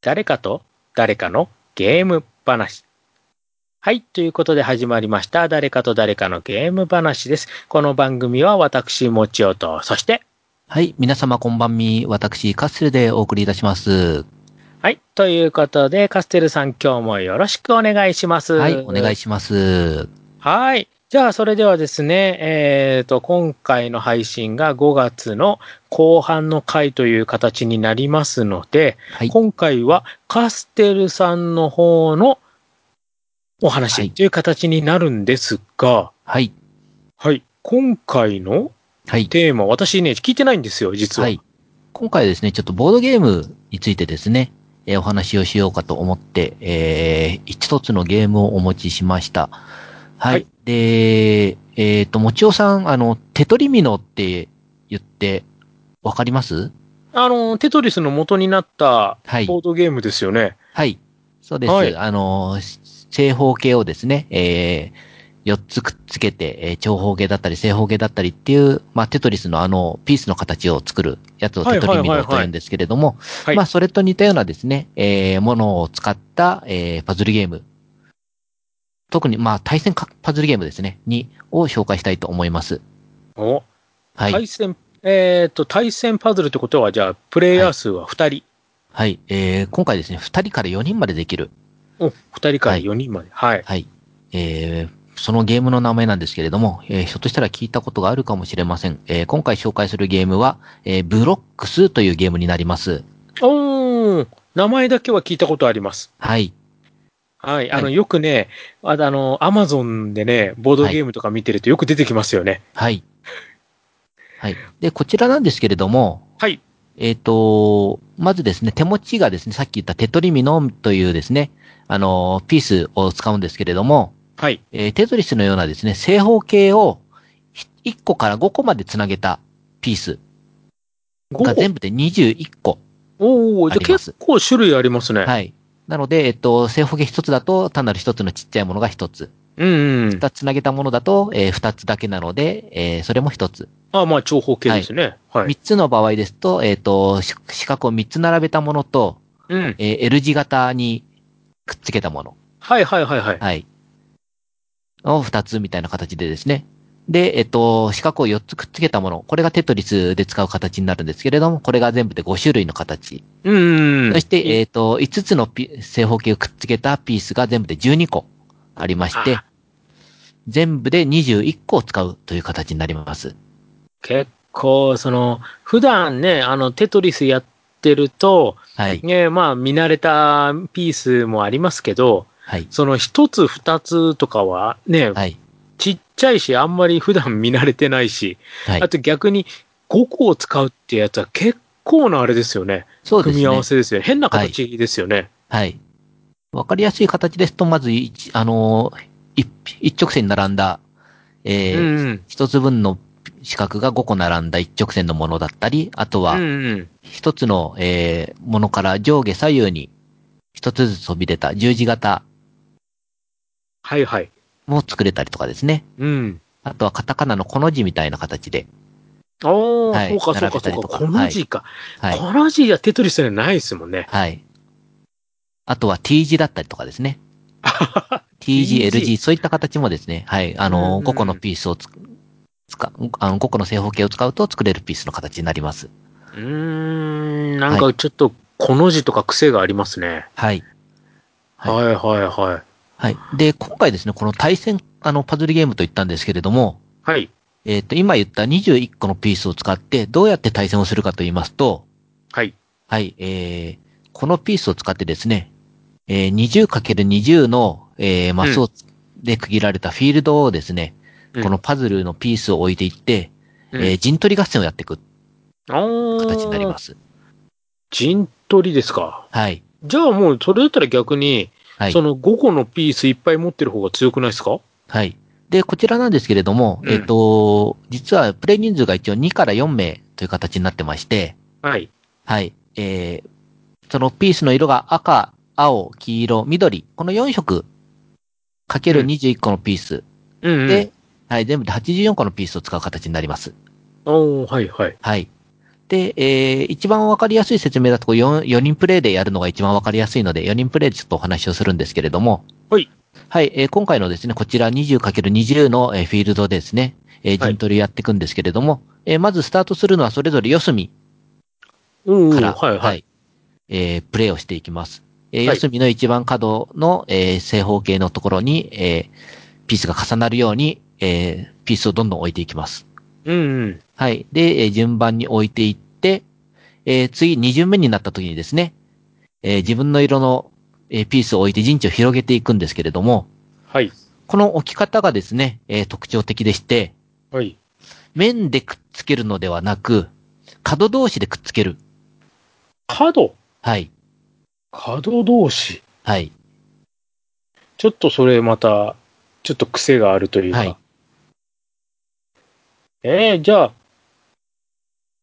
誰かと誰かのゲーム話。はい。ということで始まりました。誰かと誰かのゲーム話です。この番組は私、もちおと、そして、はい。皆様こんばんみ。私、カッスルでお送りいたします。はい。ということで、カステルさん、今日もよろしくお願いします。はい。お願いします。はい。じゃあ、それではですね、えっ、と、今回の配信が5月の後半の回という形になりますので、はい。今回はカステルさんの方のおは話いという形になるんですが、はい。はい。今回のはい。テーマ、私ね、聞いてないんですよ、実は。ははいい。。今回はですね、ちょっとボードゲームについてですね、えーお話をしようかと思って、えー、一つのゲームをお持ちしました。はい。はいで、えっ、と、もちおさん、あの、テトリミノって言って、わかりますあの、テトリスの元になったはい。ボードゲームですよね。はい。そうです。はいあの、正方形をですね、えー、4つくっつけて、えー長方形だったり正方形だったりっていう、まあ、テトリスのあの、ピースの形を作るやつをはいテトリミはいはいノはいというんですけれども、はいまあ、それと似たようなですね、えー、ものを使った、えー、パズルゲーム。特に、まあ、対戦かパズルゲームですね、に、を紹介したいと思います。おはい。対戦、えっ、と、対戦パズルってことは、じゃあ、プレイヤー数は2人。はい。えー、今回ですね、2人から4人までできる。お、2人からはい4人まで。はい。はい。えー、そのゲームの名前なんですけれども、えーひょっとしたら聞いたことがあるかもしれません。えー今回紹介するゲームは、えーブロックスというゲームになります。おー、名前だけは聞いたことあります。はい。はい。あの、はいよくね、ああの、アマゾンでね、ボードゲームとか見てるとよく出てきますよね。はい。はい。で、こちらなんですけれども、はい。えっ、と、まずですね、手持ちがですね、さっき言ったテトリミノというですね、あのー、ピースを使うんですけれども、はい。えーテトリスのようなですね、正方形を1個から5個までつなげたピースが全部で21個。おおじゃああります結構種類ありますね。はい。なので、えっと、正方形一つだと、単なる一つのちっちゃいものが一つ。うん、うん。二つ繋げたものだと、えー二つだけなので、えーそれも一つ。あまあ、長方形ですね。はい。三つの場合ですと、えっと、し四角を三つ並べたものと、うん。えー L 字型にくっつけたもの。はいはいはいはい。はい。を二つみたいな形でですね。で、えっと、四角を四つくっつけたもの。これがテトリスで使う形になるんですけれども、これが全部で5種類の形。うんうんうん。そして、えっと、5つのピ正方形をくっつけたピースが全部で12個ありましてあ、全部で21個を使うという形になります。結構、その、普段ね、あの、テトリスやってると、はい。ね、まあ、見慣れたピースもありますけど、はい。その一つ二つとかは、ね、はい。ちっちゃいし、あんまり普段見慣れてないし、はいあ。と逆に5個を使うってやつは結構なあれですよね。そうです組み合ねわ。せですよね。変な形ですよね。はい。わかりやすい形ですと、まず一、あのー、一一直線に並んだ、えうー、んうん。一つ分の四角が5個並んだ一直線のものだったり、あとはうん、うん。一つの、えーものから上下左右に一つずつ飛び出た十字型はいはい。も作れたりとかですね。うん。あとはカタカナのこの字みたいな形で。おー、はいそうかそう並かべたりそうとか。かこの字か。はい。この字はテトリスじゃないですもんね。はい。あとは T 字だったりとかで すね。T 字、 T 字 L 字、そういった形もですね。はい。あうんうんうの、ん5個のピースをつ、つか、あの、5個の正方形を使うと作れるピースの形になります。うーん。なんかちょっと、この字とか癖がありますね。はい。はいはいはいはい。はい。で、今回ですね、この対戦、あの、パズルゲームと言ったんですけれども、はい。えっ、と、今言った21個のピースを使って、どうやって対戦をするかと言いますと、はい。はい、えー、このピースを使ってですね、えー、20×20 の、えー、マスを、で区切られたフィールドをですね、うんこのパズルのピースを置いていって、うんえー、陣取り合戦をやっていくおー形になります。陣取りですか。はい。じゃあもう、それだったら逆に、はいそ。の5個のピースいっぱい持ってる方が強くないですかはい。で、こちらなんですけれども、うんえっ、と、実はプレイ人数が一応2から4名という形になってまして、はい。はい。えー、そのピースの色が赤、青、黄色、緑、この4色、かける21個のピース、うん、うん。で、はい、全部で84個のピースを使う形になります。おーはいはい。はい。で、えー、一番わかりやすい説明だとこう4、4人プレイでやるのが一番わかりやすいので、4人プレイでちょっとお話をするんですけれども。はい。はい、えー今回のですね、こちら 20×20 の、えーフィールドでですね、えーはい陣取りやっていくんですけれども、えーまずスタートするのはそれぞれ四隅うんうん。から、はいはい。えープレイをしていきます。えーはい四隅の一番角の、えー正方形のところに、えーピースが重なるように、えーピースをどんどん置いていきます。うんうん。はい。で、えー順番に置いていって、えー次2巡目になった時にですね、えー自分の色の、えーピースを置いて陣地を広げていくんですけれども、はい。この置き方がですね、えー特徴的でして、はい。面でくっつけるのではなく、角同士でくっつける。角はい。角同士。はい。ちょっとそれまた、ちょっと癖があるというか。はいえー、じゃあ、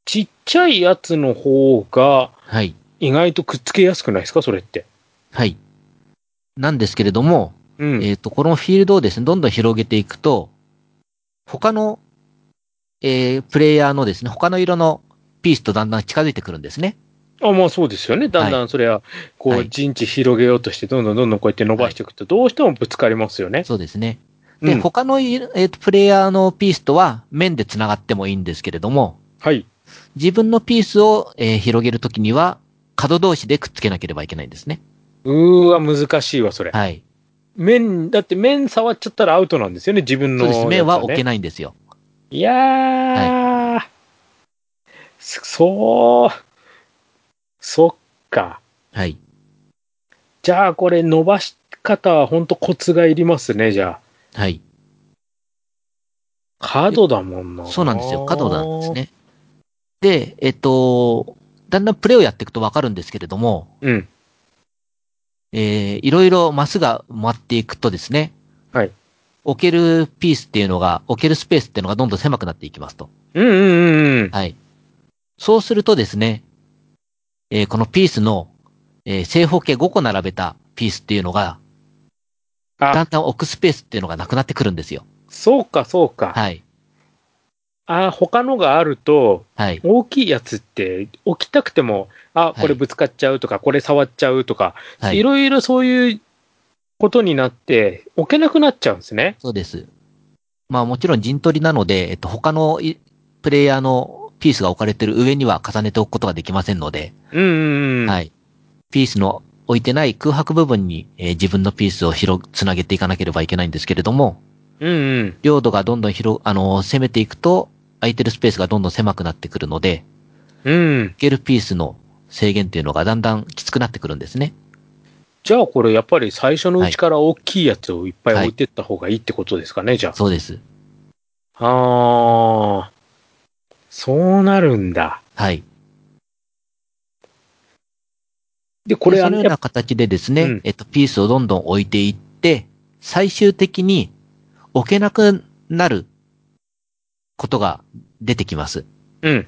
ちっちゃいやつの方が、はい。意外とくっつけやすくないですかそれって。はい。なんですけれども、うん。えっ、と、このフィールドをですね、どんどん広げていくと、他の、えープレイヤーのですね、他の色のピースとだんだん近づいてくるんですね。あまあそうですよね。だんだんそれは、こはう、い陣地広げようとして、どんどんどんどんこうやって伸ばしていくと、どうしてもぶつかりますよね。そうですね。うで、ん、他のい、えーとプレイヤーのピースとは面で繋がってもいいんですけれども、はい。自分のピースを、えー広げるときには、角同士でくっつけなければいけないんですね。うーわ、難しいわ、それ。はい。面、だって面触っちゃったらアウトなんですよね、自分そのやうでつね、す。面は置けないんですよ。いやー、そそう、そっか。はい。じゃあ、これ伸ばし方は本当コツがいりますね、じゃあ。はい。角だもんな。そうなんですよ。角なんです。ね。で、えっ、と、だんだんプレイをやっていくとわかるんですけれども、うん。えーいろいろマスが回っていくとですね、はい。置けるピースっていうのが、置けるスペースっていうのがどんどん狭くなっていきますと。うんうんうんうん。はい。そうするとですね、えーこのピースの、えー正方形5個並べたピースっていうのが、あだんだん置くスペースっていうのがなくなってくるんですよ。そうか、そうか。はい。あ他のがあると、はい。大きいやつって、置きたくても、あ、これぶつかっちゃうとか、これ触っちゃうとか、、はいい。ろいろそういうことになって、置けなくなっちゃうんですね。そうです。まあもちろん陣取りなので、えっと、他のいプレイヤーのピースが置かれてる上には重ねておくことができませんので、うんうんうん。はい。ピースの置いてない空白部分に、えー自分のピースを広く、つなげていかなければいけないんですけれども、うんうん。領土がどんどん広、あの、攻めていくと、空いてるスペースがどんどん狭くなってくるので、うん。ゲルピースの制限っていうのがだんだんきつくなってくるんですね。じゃあこれやっぱり最初のうちから大きいやつをいっぱい置いてった方がいいってことですかね、じゃあ。そうです。ああ、そうなるんだ。はい。で、これであそのの、やようっな形でですね、うんえっと、ピースをどんどん置いていって、最終的に置けなくなることが出てきます。うん。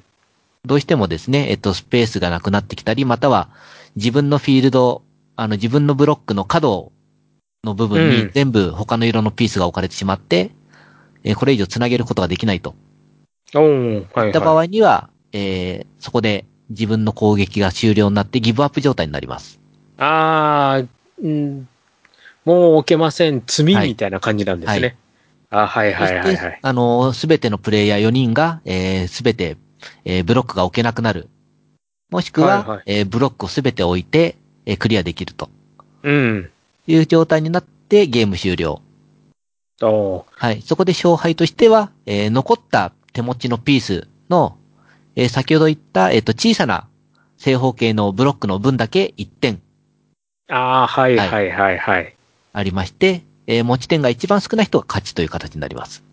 どうしてもですね、えっと、スペースがなくなってきたり、または自分のフィールド、あの、自分のブロックの角の部分うにん全部他の色のピースが置かれてしまって、えーこれ以上繋げることができないと。おーはい、はっい。た場合には、えーそこで自分の攻撃が終了になってギブアップ状態になります。ああ、うん、もう置けません、罪みたいな感じなんですね。あはいはいはいそしはてい。あの、すべてのプレイヤー4人が、えすべて、えーブロックが置けなくなる。もしくは、はいはいえーブロックをすべて置いて、えークリアできるとうん。いう状態になってゲーム終了。おーはい。そこで勝敗としては、えー残った手持ちのピースの、えー先ほど言った、えっ、と、小さな正方形のブロックの分だけ1点ああ、はいはいはいはいはい。ありまして、えー持ち点が一番少ない人が勝ちという形になります。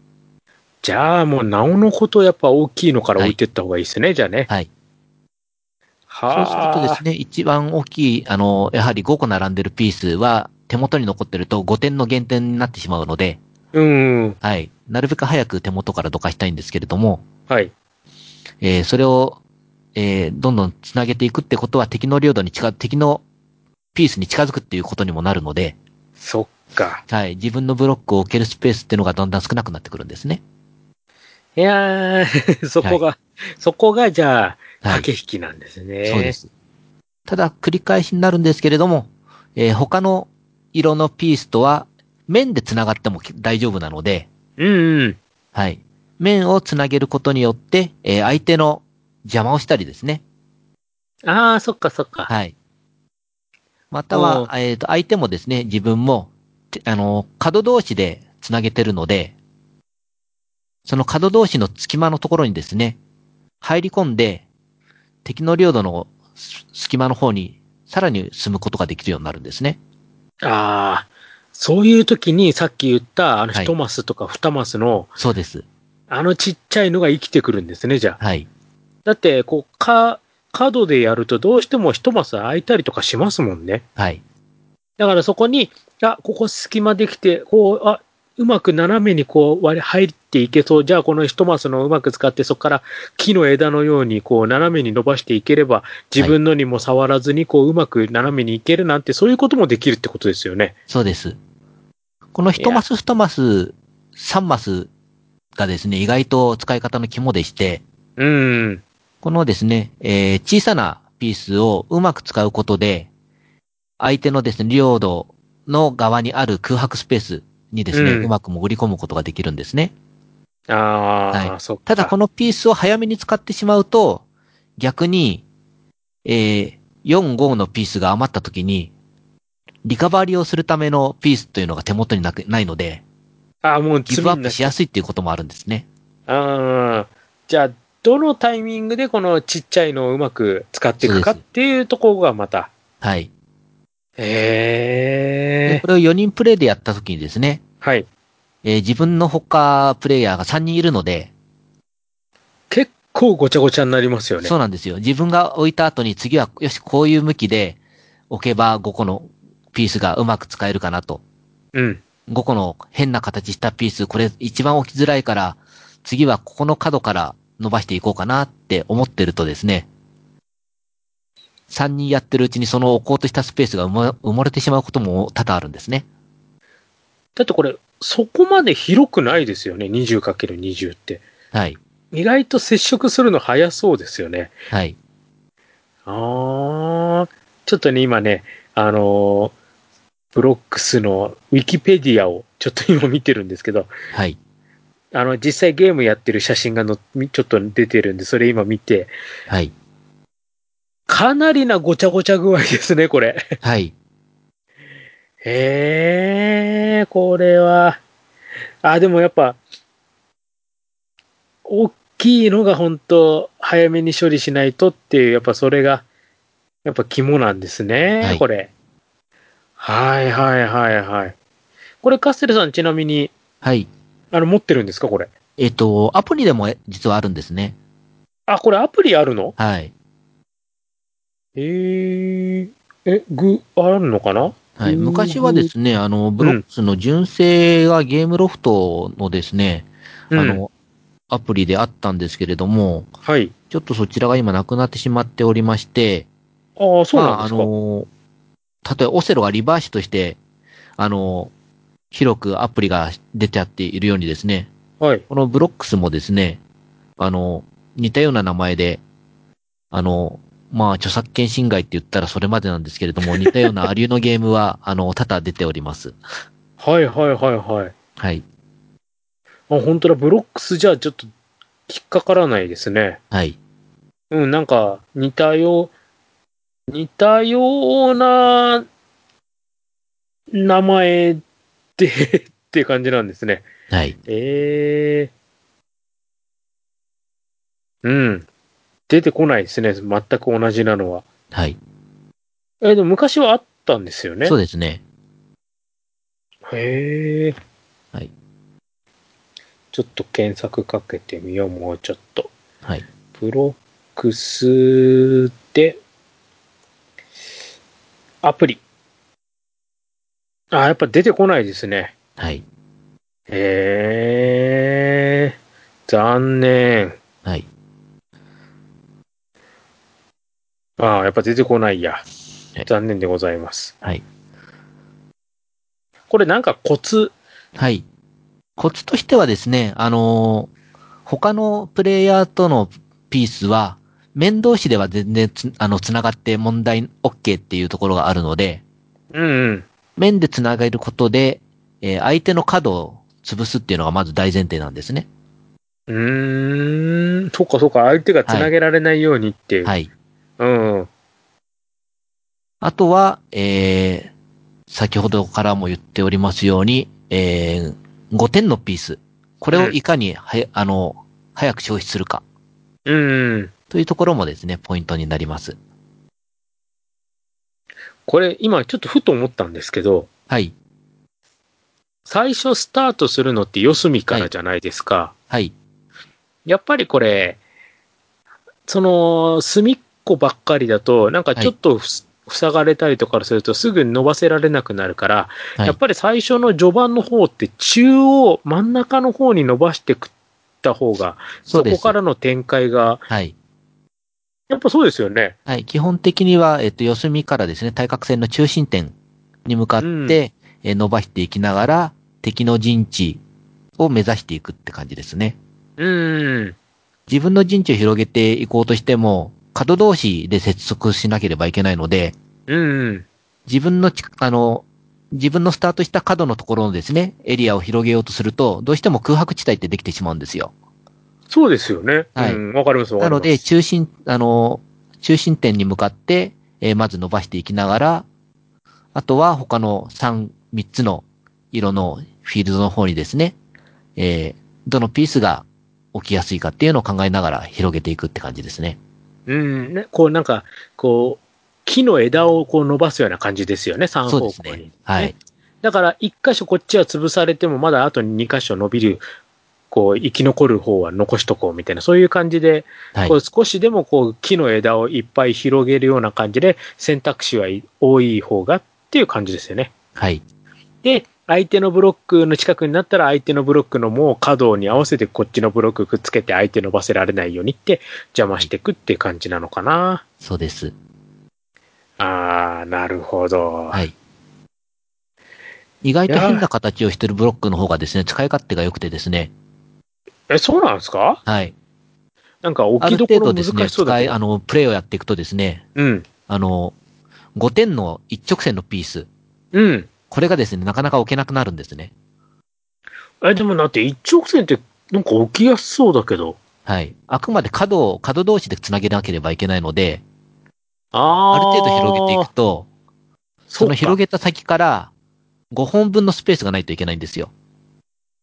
じゃあもう、なおのことやっぱ大きいのから置いてった方がいいですね、じゃあね。はい。そうするはとであす。ね、一番大きい、あの、やはり5個並んでるピースは、手元に残ってると5点の減点になってしまうので、うん。はい。なるべく早く手元からどかしたいんですけれども、はい。えーそれを、えーどんどん繋げていくってことは敵の領土に近、敵のピースに近づくっていうことにもなるので、そっか。はい。自分のブロックを置けるスペースっていうのがだんだん少なくなってくるんですね。 いやー、そこが、そこがじゃあ、はい駆け引きなんですね。そうです。ただ、繰り返しになるんですけれども、えー他の色のピースとは、面で繋がっても大丈夫なので、うんうん。はい。面を繋げることによって、えー相手の邪魔をしたりですね。ああ、そっかそっか。はい。または、えっ、と、相手もですね、自分も、てあの、角同士で繋げてるので、その角同士の隙間のところにですね、入り込んで、敵の領土のす隙間の方に、さらに進むことができるようになるんですね。ああ、そういう時にさっき言った、あのはい一マスとか二マスの、そうです。あのちっちゃいのが生きてくるんですね、じゃあ。はい。だって、こう、か、角でやるとどうしても一マス空いたりとかしますもんね。はい。だからそこに、あ、ここ隙間できて、こう、あ、うまく斜めにこう割り入っていけそう。じゃあこの一マスのうまく使ってそこから木の枝のようにこう斜めに伸ばしていければ自分のにも触らずにこううまく斜めにいけるなんてそういうこともできるってことですよね。そうです。この一マス二マス、三マスがですね、意外と使い方の肝でして、うん。このですね、えー小さなピースをうまく使うことで、相手のですね、領土の側にある空白スペースにですね、ううんまく潜り込むことができるんですね。ああ、はそっか。ただこのピースを早めに使ってしまうと、逆に、えー4、5のピースが余った時に、リカバリーをするためのピースというのが手元になくないので、ああ、もうギ積ブみアにッなプっしやすいっていうこともあるんですね。ああ、じゃあ、どのタイミングでこのちっちゃいのをうまく使っていくかそうっでていうところがまた。はい。でへえこ。れを4人プレイでやった時にですね、はい。えー自分の他プレイヤーが3人いるので、結構ごちゃごちゃになりますよね。そうなんですよ。自分が置いた後に次は、よし、こういう向きで置けば5個のピースがうまく使えるかなと。うん。 5個の変な形したピース、これ一番置きづらいから、次はここの角から伸ばしていこうかなって思ってるとですね、3人やってるうちにその置こうとしたスペースが埋も埋もれてしまうことも多々あるんですね。だってこれ、そこまで広くないですよね。20×20 って。はい。意外と接触するの早そうですよね。はい。ああ。ちょっとね、今ね、あのーブロックスのウィキペディアをちょっと今見てるんですけど、はい。あの、実際ゲームやってる写真がのちょっと出てるんで、それ今見て、はい。かなりなごちゃごちゃ具合ですね、これ。はい。へえ、これは。あ、でもやっぱ、大きいのが本当早めに処理しないとっていう、やっぱそれが、やっぱ肝なんですね、はいこれ。はいはいはいはい。これカステルさんちなみに、はい。あの、持ってるんですか、これ。えっ、と、アプリでも実はあるんですね。あ、これアプリあるのはい。へえ、え、ぐ、あるのかなはい、うん昔はですね、あの、ブロックスの純正がゲームロフトのですね、あ、の、アプリであったんですけれども、はい。ちょっとそちらが今なくなってしまっておりまして、ああ、そうなんですか。まあ、あの、例えばオセロがリバーシとして、あの、広くアプリが出てあっているようにですね、はい。このブロックスもですね、あの、似たような名前で、あの、まあ、著作権侵害って言ったらそれまでなんですけれども、似たようなアリューのゲームは、あの、多々出ております。はいはいはいはい。はい。あ、本当だ、ブロックスじゃちょっと引っかからないですね。はい。うん、なんか似たよう、似たような名前で っていう感じなんですね。はい。ええうん。出てこないですね。全く同じなのは。はい。え、でも昔はあったんですよね。そうですね。へえ。はい。ちょっと検索かけてみよう、もうちょっと。はい。ブロックスで、アプリ。あ、やっぱ出てこないですね。はい。へえ。残念。はい。あやっぱ出てこないやはい。残念でございます。はい。これなんかコツ。はい。コツとしてはですね、あのー他のプレイヤーとのピースは、面同士では全然つ、あの、つながって問題 OK っていうところがあるので、うんうん。面でつなげることで、えー相手の角を潰すっていうのがまず大前提なんですね。うーん、そっかそっか、相手がつなげられないようにっていう。はい。うん。あとは、えー、先ほどからも言っておりますように、えー、5点のピース。これをいかにはや、あの、早く消費するか。うん。というところもですね、ポイントになります。これ、今ちょっとふと思ったんですけど、はい。最初スタートするのって四隅からじゃないですか。はい。やっぱりこれ、その、隅っこばっかりだと、なんかちょっとふす塞がれたりとかすると、すぐ伸ばせられなくなるから、はいやっぱり最初の序盤の方って、中央、真ん中の方に伸ばしてくった方が、そそうですこからの展開が、はい。やっぱそうですよね。はい。基本的には、えっと、四隅からですね、対角線の中心点に向かって、うんえー伸ばしていきながら、敵の陣地を目指していくって感じですね。うん。自分の陣地を広げていこうとしても、角同士で接続しなければいけないので、うん。自分のち、あの、自分のスタートした角のところのですね、エリアを広げようとすると、どうしても空白地帯ってできてしまうんですよ。そうですよね。はいうん、わかります、わかなります。ので、中心、あの、中心点に向かって、えーまず伸ばしていきながら、あとは他の3、3つの色のフィールドの方にですね、えーどのピースが置きやすいかっていうのを考えながら広げていくって感じですね。うん、ね、こうなんか、こう、木の枝をこう伸ばすような感じですよね、3そ方う向でに。すね。はい。だから、一箇所こっちは潰されても、まだあと2箇所伸びる、こう、生き残る方は残しとこうみたいな、そういう感じで、はいこ。う少しでもこう、木の枝をいっぱい広げるような感じで、選択肢はい多い方がっていう感じですよね。はい。で、相手のブロックの近くになったら、相手のブロックのもう角に合わせてこっちのブロックくっつけて、相手伸ばせられないようにって、邪魔していくっていう感じなのかな。そうです。あー、なるほど。はい。意外と変な形をしてるブロックの方がですね、使い勝手が良くてですね。え、そうなんですかはい。なんかあ置きるど程ころ度で難すね、しそうだ使けい、ど。あの、プレイをやっていくとですね、うん。あの、5点の一直線のピース。うん。これがですね、なかなか置けなくなるんですね。え、でもだって一直線ってなんか起きやすそうだけど。はい。あくまで角を、角同士で繋げなければいけないので、あある程度広げていくく。と、そそうのか。広げた先から5本分のスペースがないといけないんですよ。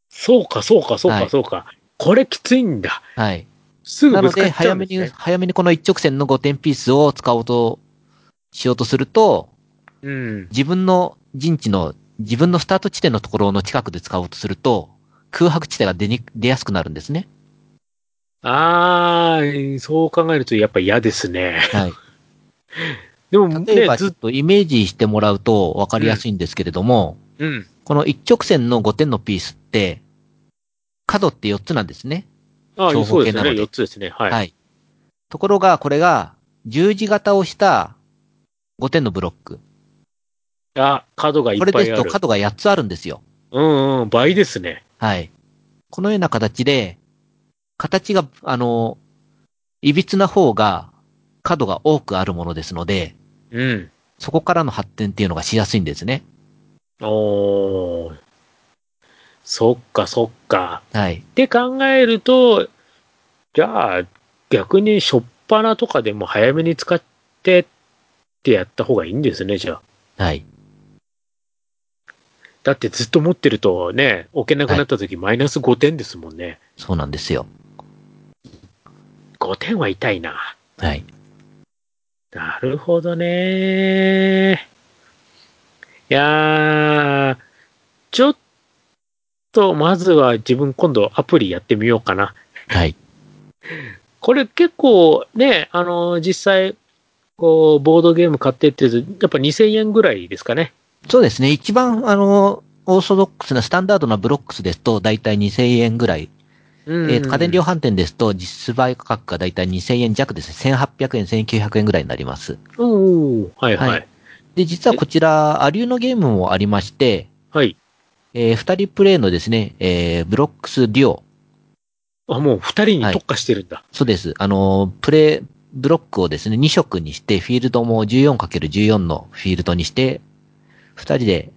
そうか、そうか、そうはか、いそうか。これきついんだ。はい。すぐなぶのつかで、っちゃ早うんめです、に、ね。早めにこの一直線の5点ピースを使おうと、しようとすると、うん。自分の陣地の、自分のスタート地点のところの近くで使おうとすると、空白地帯が出に、出やすくなるんですね。あー、そう考えるとやっぱ嫌ですね。はい。でもね例えば、、ちょずっとイメージしてもらうと分かりやすいんですけれども、うん。この一直線の5点のピースって、角って4つなんですね。あー長方そうで形なすのね。で4つですね。はい。はい。ところが、これが、十字型をした5点のブロック。あ、角がいっこれぱでいすあとる。角が8つあるんですよ。うんうん、倍ですね。はい。このような形で、形が、あの、いびつな方が、角が多くあるものですので、うん。そこからの発展っていうのがしやすいんですね。おー。そっか、そっか。はい。って考えると、じゃあ、逆に初っ端とかでも早めに使ってってやった方がいいんですね、じゃあ。はい。だってずっと持ってるとね、置けなくなった時マイナス5点ですもんね。そうなんですよ。 5点は痛いな。はい。なるほどね。いやー、ちょっと、まずは自分今度アプリやってみようかな。はい。これ結構ね、あの、実際、こう、ボードゲーム買ってってると、やっぱ2000円ぐらいですかね。そうですね。一番、あの、オーソドックスなスタンダードなブロックスですと、だいたい2000円ぐらい。うんえーと家電量販店ですと、実売価格がだいたい2000円弱ですね。1800円、1900円ぐらいになります。うんうん。はいははいい。で、実はこちら、アリューのゲームもありまして、はい。えー二人プレイのですね、えーブロックスデュオ。あ、もう二人に特化してるんだ。そうです。あのープレイ、ブロックをですね、2色にして、フィールドも 14×14 のフィールドにして、2人で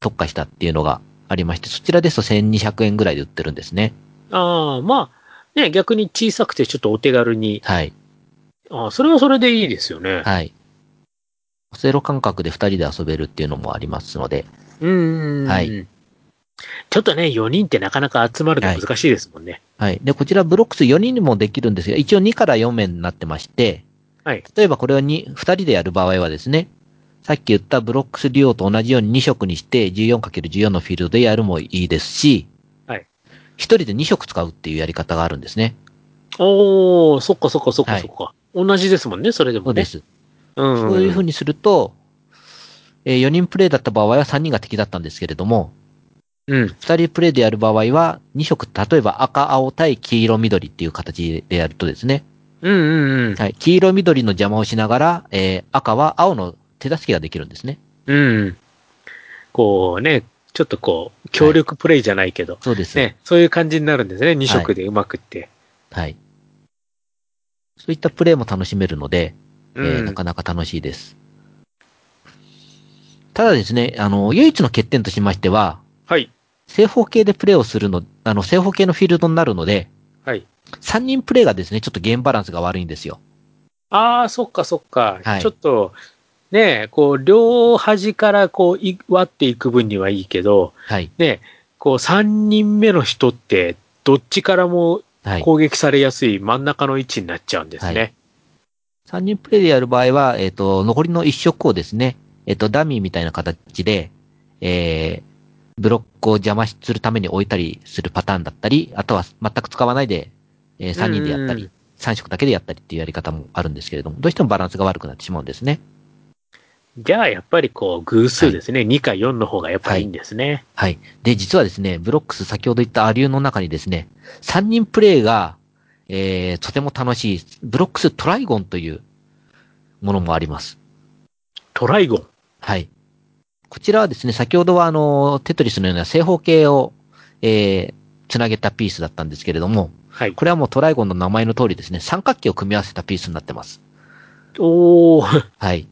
特化したっていうのがありまして、そちらですと1200円ぐらいで売ってるんですね。ああ、まあ、ね、逆に小さくてちょっとお手軽に。はい。ああ、それはそれでいいですよね。はい。セロ感覚で2人で遊べるっていうのもありますので、うん。はい。ちょっとね、4人ってなかなか集まるの難しいですもんね。はい。で、こちらブロックス4人もできるんですが、一応2から4名になってまして、はい。例えばこれを 2, 2人でやる場合はですね、さっき言ったブロックス利用と同じように2色にして 14×14 のフィールドでやるもいいですし、はい。 1人で2色使うっていうやり方があるんですね。おー、そっかそっかそっかはいそっか。同じですもんね、それでそもうでね。す。うんんん。そういうふうにすると、え4人プレイだった場合は3人が敵だったんですけれども、うん。 2人プレイでやる場合は2色、例えば赤、青対黄色、緑っていう形でやるとですね、うんうんうん。はい、黄色、緑の邪魔をしながら、えー赤は青の手助けができるんですね。うん。こうね、ちょっとこう、協力プレイじゃないけど、そうです。ね、そういう感じになるんですね、2色でうまくって。はい。そういったプレイも楽しめるので、えーうんなかなか楽しいです。ただですね、あの、唯一の欠点としましては、はい。正方形でプレイをするの、あの、正方形のフィールドになるので、はい。 3人プレイがですね、ちょっとゲームバランスが悪いんですよ。ああ、そっかそっか。はいちょっと、ねこう、両端からこう、い割っていく分にはいいけど、はい。ねこう、3人目の人って、どっちからもはい。攻撃されやすい真ん中の位置になっちゃうんですね。 3人プレイでやる場合は、えっ、と、残りの1色をですね、えっ、と、ダミーみたいな形で、えー、ブロックを邪魔するために置いたりするパターンだったり、あとは全く使わないで、え3人でやったうんり、3色だけでやったりっていうやり方もあるんですけれども、どうしてもバランスが悪くなってしまうんですね。じゃあ、やっぱりこう、偶数ですね。2か4の方がやっぱりいいんですね。はい。で、実はですね、ブロックス先ほど言ったアリューの中にですね、3人プレイが、えー、とても楽しい、ブロックストライゴンというものもあります。トライゴン。はい。こちらはですね、先ほどはあの、テトリスのような正方形を、えー、つなげたピースだったんですけれども、はい。これはもうトライゴンの名前の通りですね、三角形を組み合わせたピースになってます。おー。 はい。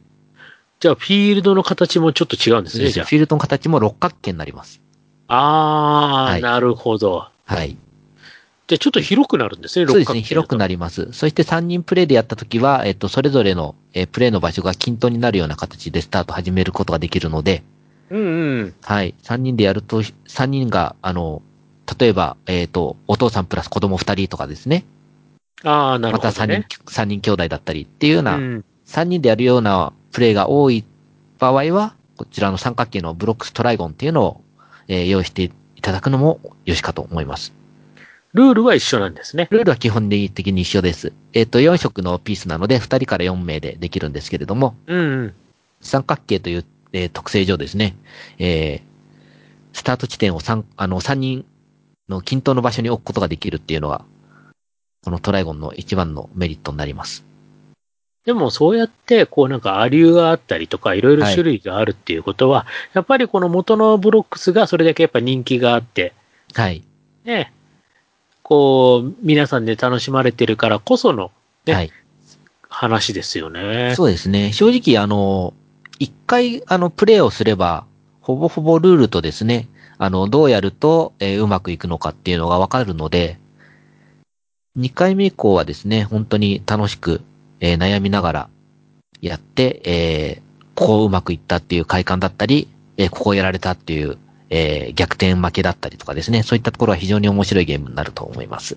じゃあ、フィールドの形もちょっと違うんですそうね、ですじゃねフィールドの形も六角形になります。あ。あー、はいなるほど。はい。じゃあ、ちょっと広くなるんですね、そ六うです角ね、形広くなります。そして三人プレイでやったときは、えっと、それぞれの、えープレイの場所が均等になるような形でスタート始めることができるので、うんうん。はい。三人でやると、三人が、あの、例えば、えっ、と、お父さんプラス子供二人とかですね。ああ、なるまほたど三ね人。、三人兄弟だったりっていうような、うん三人でやるようなプレイが多い場合は、こちらの三角形のブロックストライゴンっていうのを、えー用意していただくのもよしかと思います。ルールは一緒なんですね。ルールは基本的に一緒です。えっ、と、4色のピースなので、2人から4名でできるんですけれども、うんうん。三角形という、えー特性上ですね、えースタート地点を三あの、三人の均等の場所に置くことができるっていうのが、このトライゴンの一番のメリットになります。でもそうやって、こうなんかアリューがあったりとか、いろいろ種類があるっていうことは、やっぱりこの元のブロックスがそれだけやっぱ人気があって、はい。ね、こう、皆さんで楽しまれてるからこそのねはい。話ですよね。そうですね。正直、あの、一回、あの、プレイをすれば、ほぼほぼルールとですね、あの、どうやると、えーうまくいくのかっていうのがわかるので、二回目以降はですね、本当に楽しく、えー悩みながらやって、えーここうまくいったっていう快感だったり、えーここやられたっていう、えー逆転負けだったりとかですね、そういったところは非常に面白いゲームになると思います。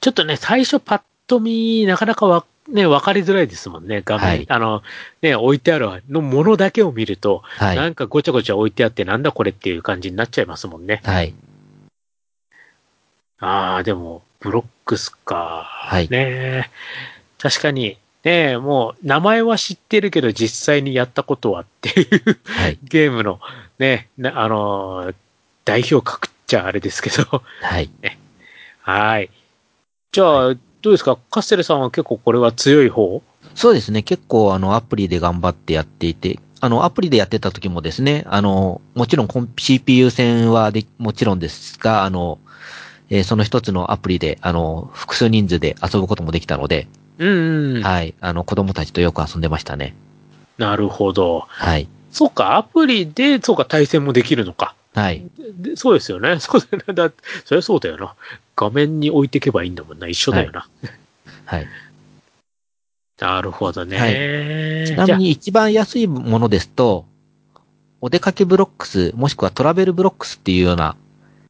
ちょっとね、最初パッと見、なかなかわ、ね、わかりづらいですもんね、画面。はいあの、ね、置いてあるのものだけを見ると、はい。なんかごちゃごちゃ置いてあって、なんだこれっていう感じになっちゃいますもんね。はい。ああ、でも、ブロックスか。はねいえ確かに、ねえもう、名前は知ってるけど、実際にやったことはっていうはい。ゲームの、ね、なあのー代表格っちゃあれですけど。 はい。はい。じゃあ、どうですかカステルさんは結構これは強い方そうですね。結構、あの、アプリで頑張ってやっていて、あの、アプリでやってた時もですね、あの、もちろんコン CPU 戦はで、もちろんですが、あの、えーその一つのアプリで、あの、複数人数で遊ぶこともできたので、うん、うん。はい。あの、子供たちとよく遊んでましたね。なるほど。はい。そうか、アプリで、そうか、対戦もできるのか。はい。でそうですよね。 そうだよね。だそりゃそうだよな。画面に置いていけばいいんだもんな。一緒だよな。はい。なるほどね。はちなじゃみに一番安いものですと、お出かけブロックス、もしくはトラベルブロックスっていうような、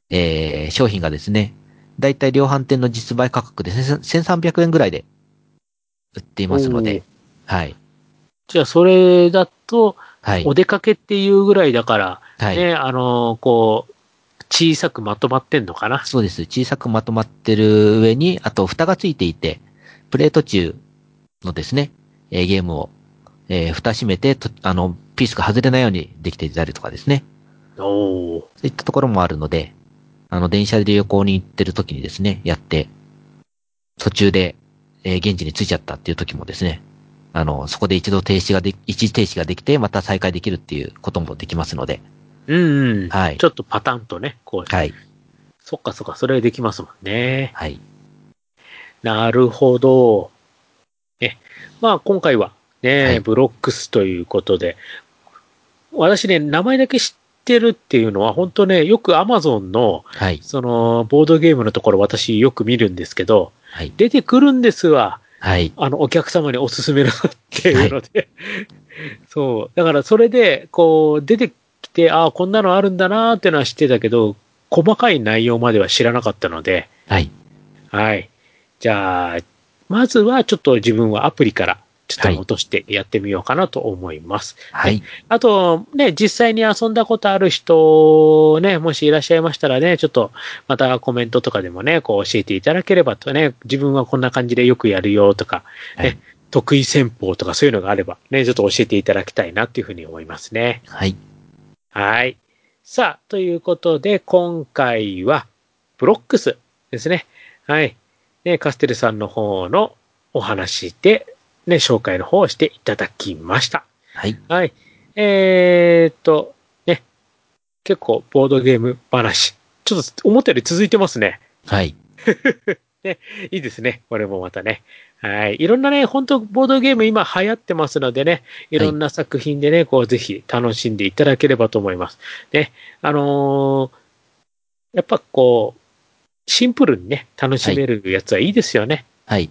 えー、商品がですね、だいたい量販店の実売価格でせん1300円ぐらいで売っていあますのおーで、はい。じゃあ、それだと、はいお。出かけっていうぐらいだから、はい。ね、あのーこう、小さくまとまってんのかな。そうです。小さくまとまってる上に、あと蓋がついていて、プレート中のですね、えーゲームを、えー蓋閉めてと、あの、ピースが外れないようにできていたりとかですね。おーそういったところもあるので、あの、電車で旅行に行ってる時にですね、やって、途中で、えー現地に着いちゃったっていう時もですね、あの、そこで一度停止がで、一時停止ができて、また再開できるっていうこともできますので、うん、うん。はいちょっとパタンとね、こう、はい、そっかそっか、それできますもんね。はい、なるほど。ね、まあ、今回は、ね、はいブロックスということで、私ね、名前だけ知ってるっていうのは、本当ね、よく Amazon の、はい、その、ボードゲームのところ私よく見るんですけど、はい、出てくるんですわ。はい、あの、お客様におすすめのっていうので。 そう。だからそれで、こう、出てきて、ああ、こんなのあるんだなーってのは知ってたけど、細かい内容までは知らなかったので、はい、はい。じゃあ、まずはちょっと自分はアプリから、ちょっと落としてやってみようかなと思います。はい、あと、ね、実際に遊んだことある人、ね、もしいらっしゃいましたらね、ちょっと、またコメントとかでもね、こう教えていただければとね、自分はこんな感じでよくやるよとか、ね、はい得意戦法とかそういうのがあれば、ね、ちょっと教えていただきたいなっていうふうに思いますね。はい、はい。さあ、ということで、今回は、ブロックスですね。はい。ね、カステルさんの方のお話で、ね、紹介の方をしていただきました。はい、はい。えー、っと、ね。結構、ボードゲーム話。ちょっと、思ったより続いてますね。はい、いいですね。これもまたね。はい。いろんなね、本当ボードゲーム今流行ってますのでね、いろんな作品でね、こう、ぜひ楽しんでいただければと思います。ね。あのーやっぱこう、シンプルにね、楽しめるやつはいいですよね。はい、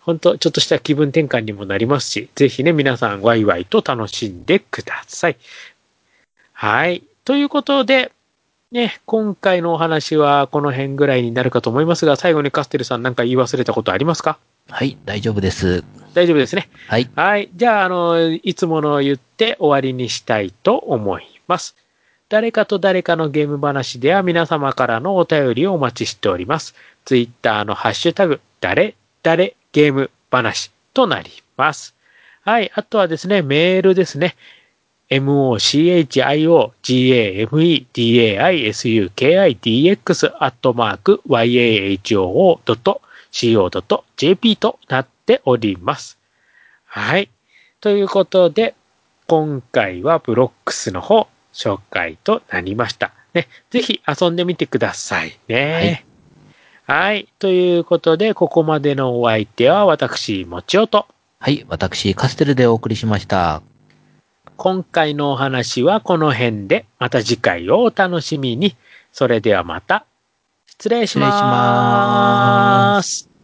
本当ちょっとした気分転換にもなりますし、ぜひね、皆さんワイワイと楽しんでください。はい。ということで、ね、今回のお話はこの辺ぐらいになるかと思いますが、最後にカステルさんなんか言い忘れたことありますかはい、大丈夫です。大丈夫ですね。はい、はい。じゃあ、あの、いつもの言って終わりにしたいと思います。誰かと誰かのゲーム話では皆様からのお便りをお待ちしております。ツイッターのハッシュタグ、誰、誰、ゲーム話となります。はい。あとはですね、メールですね。mochiogame.daisukidx アットマーク yahoo.co.jp となっております。はい。ということで、今回はブロックスの方、紹介となりました。ね、ぜひ遊んでみてくださいね。はい。ということで、ここまでのお相手は私、もちおと。はい、私、カステルでお送りしました。今回のお話はこの辺で、また次回をお楽しみに。それではまた、失礼し失礼しま。ます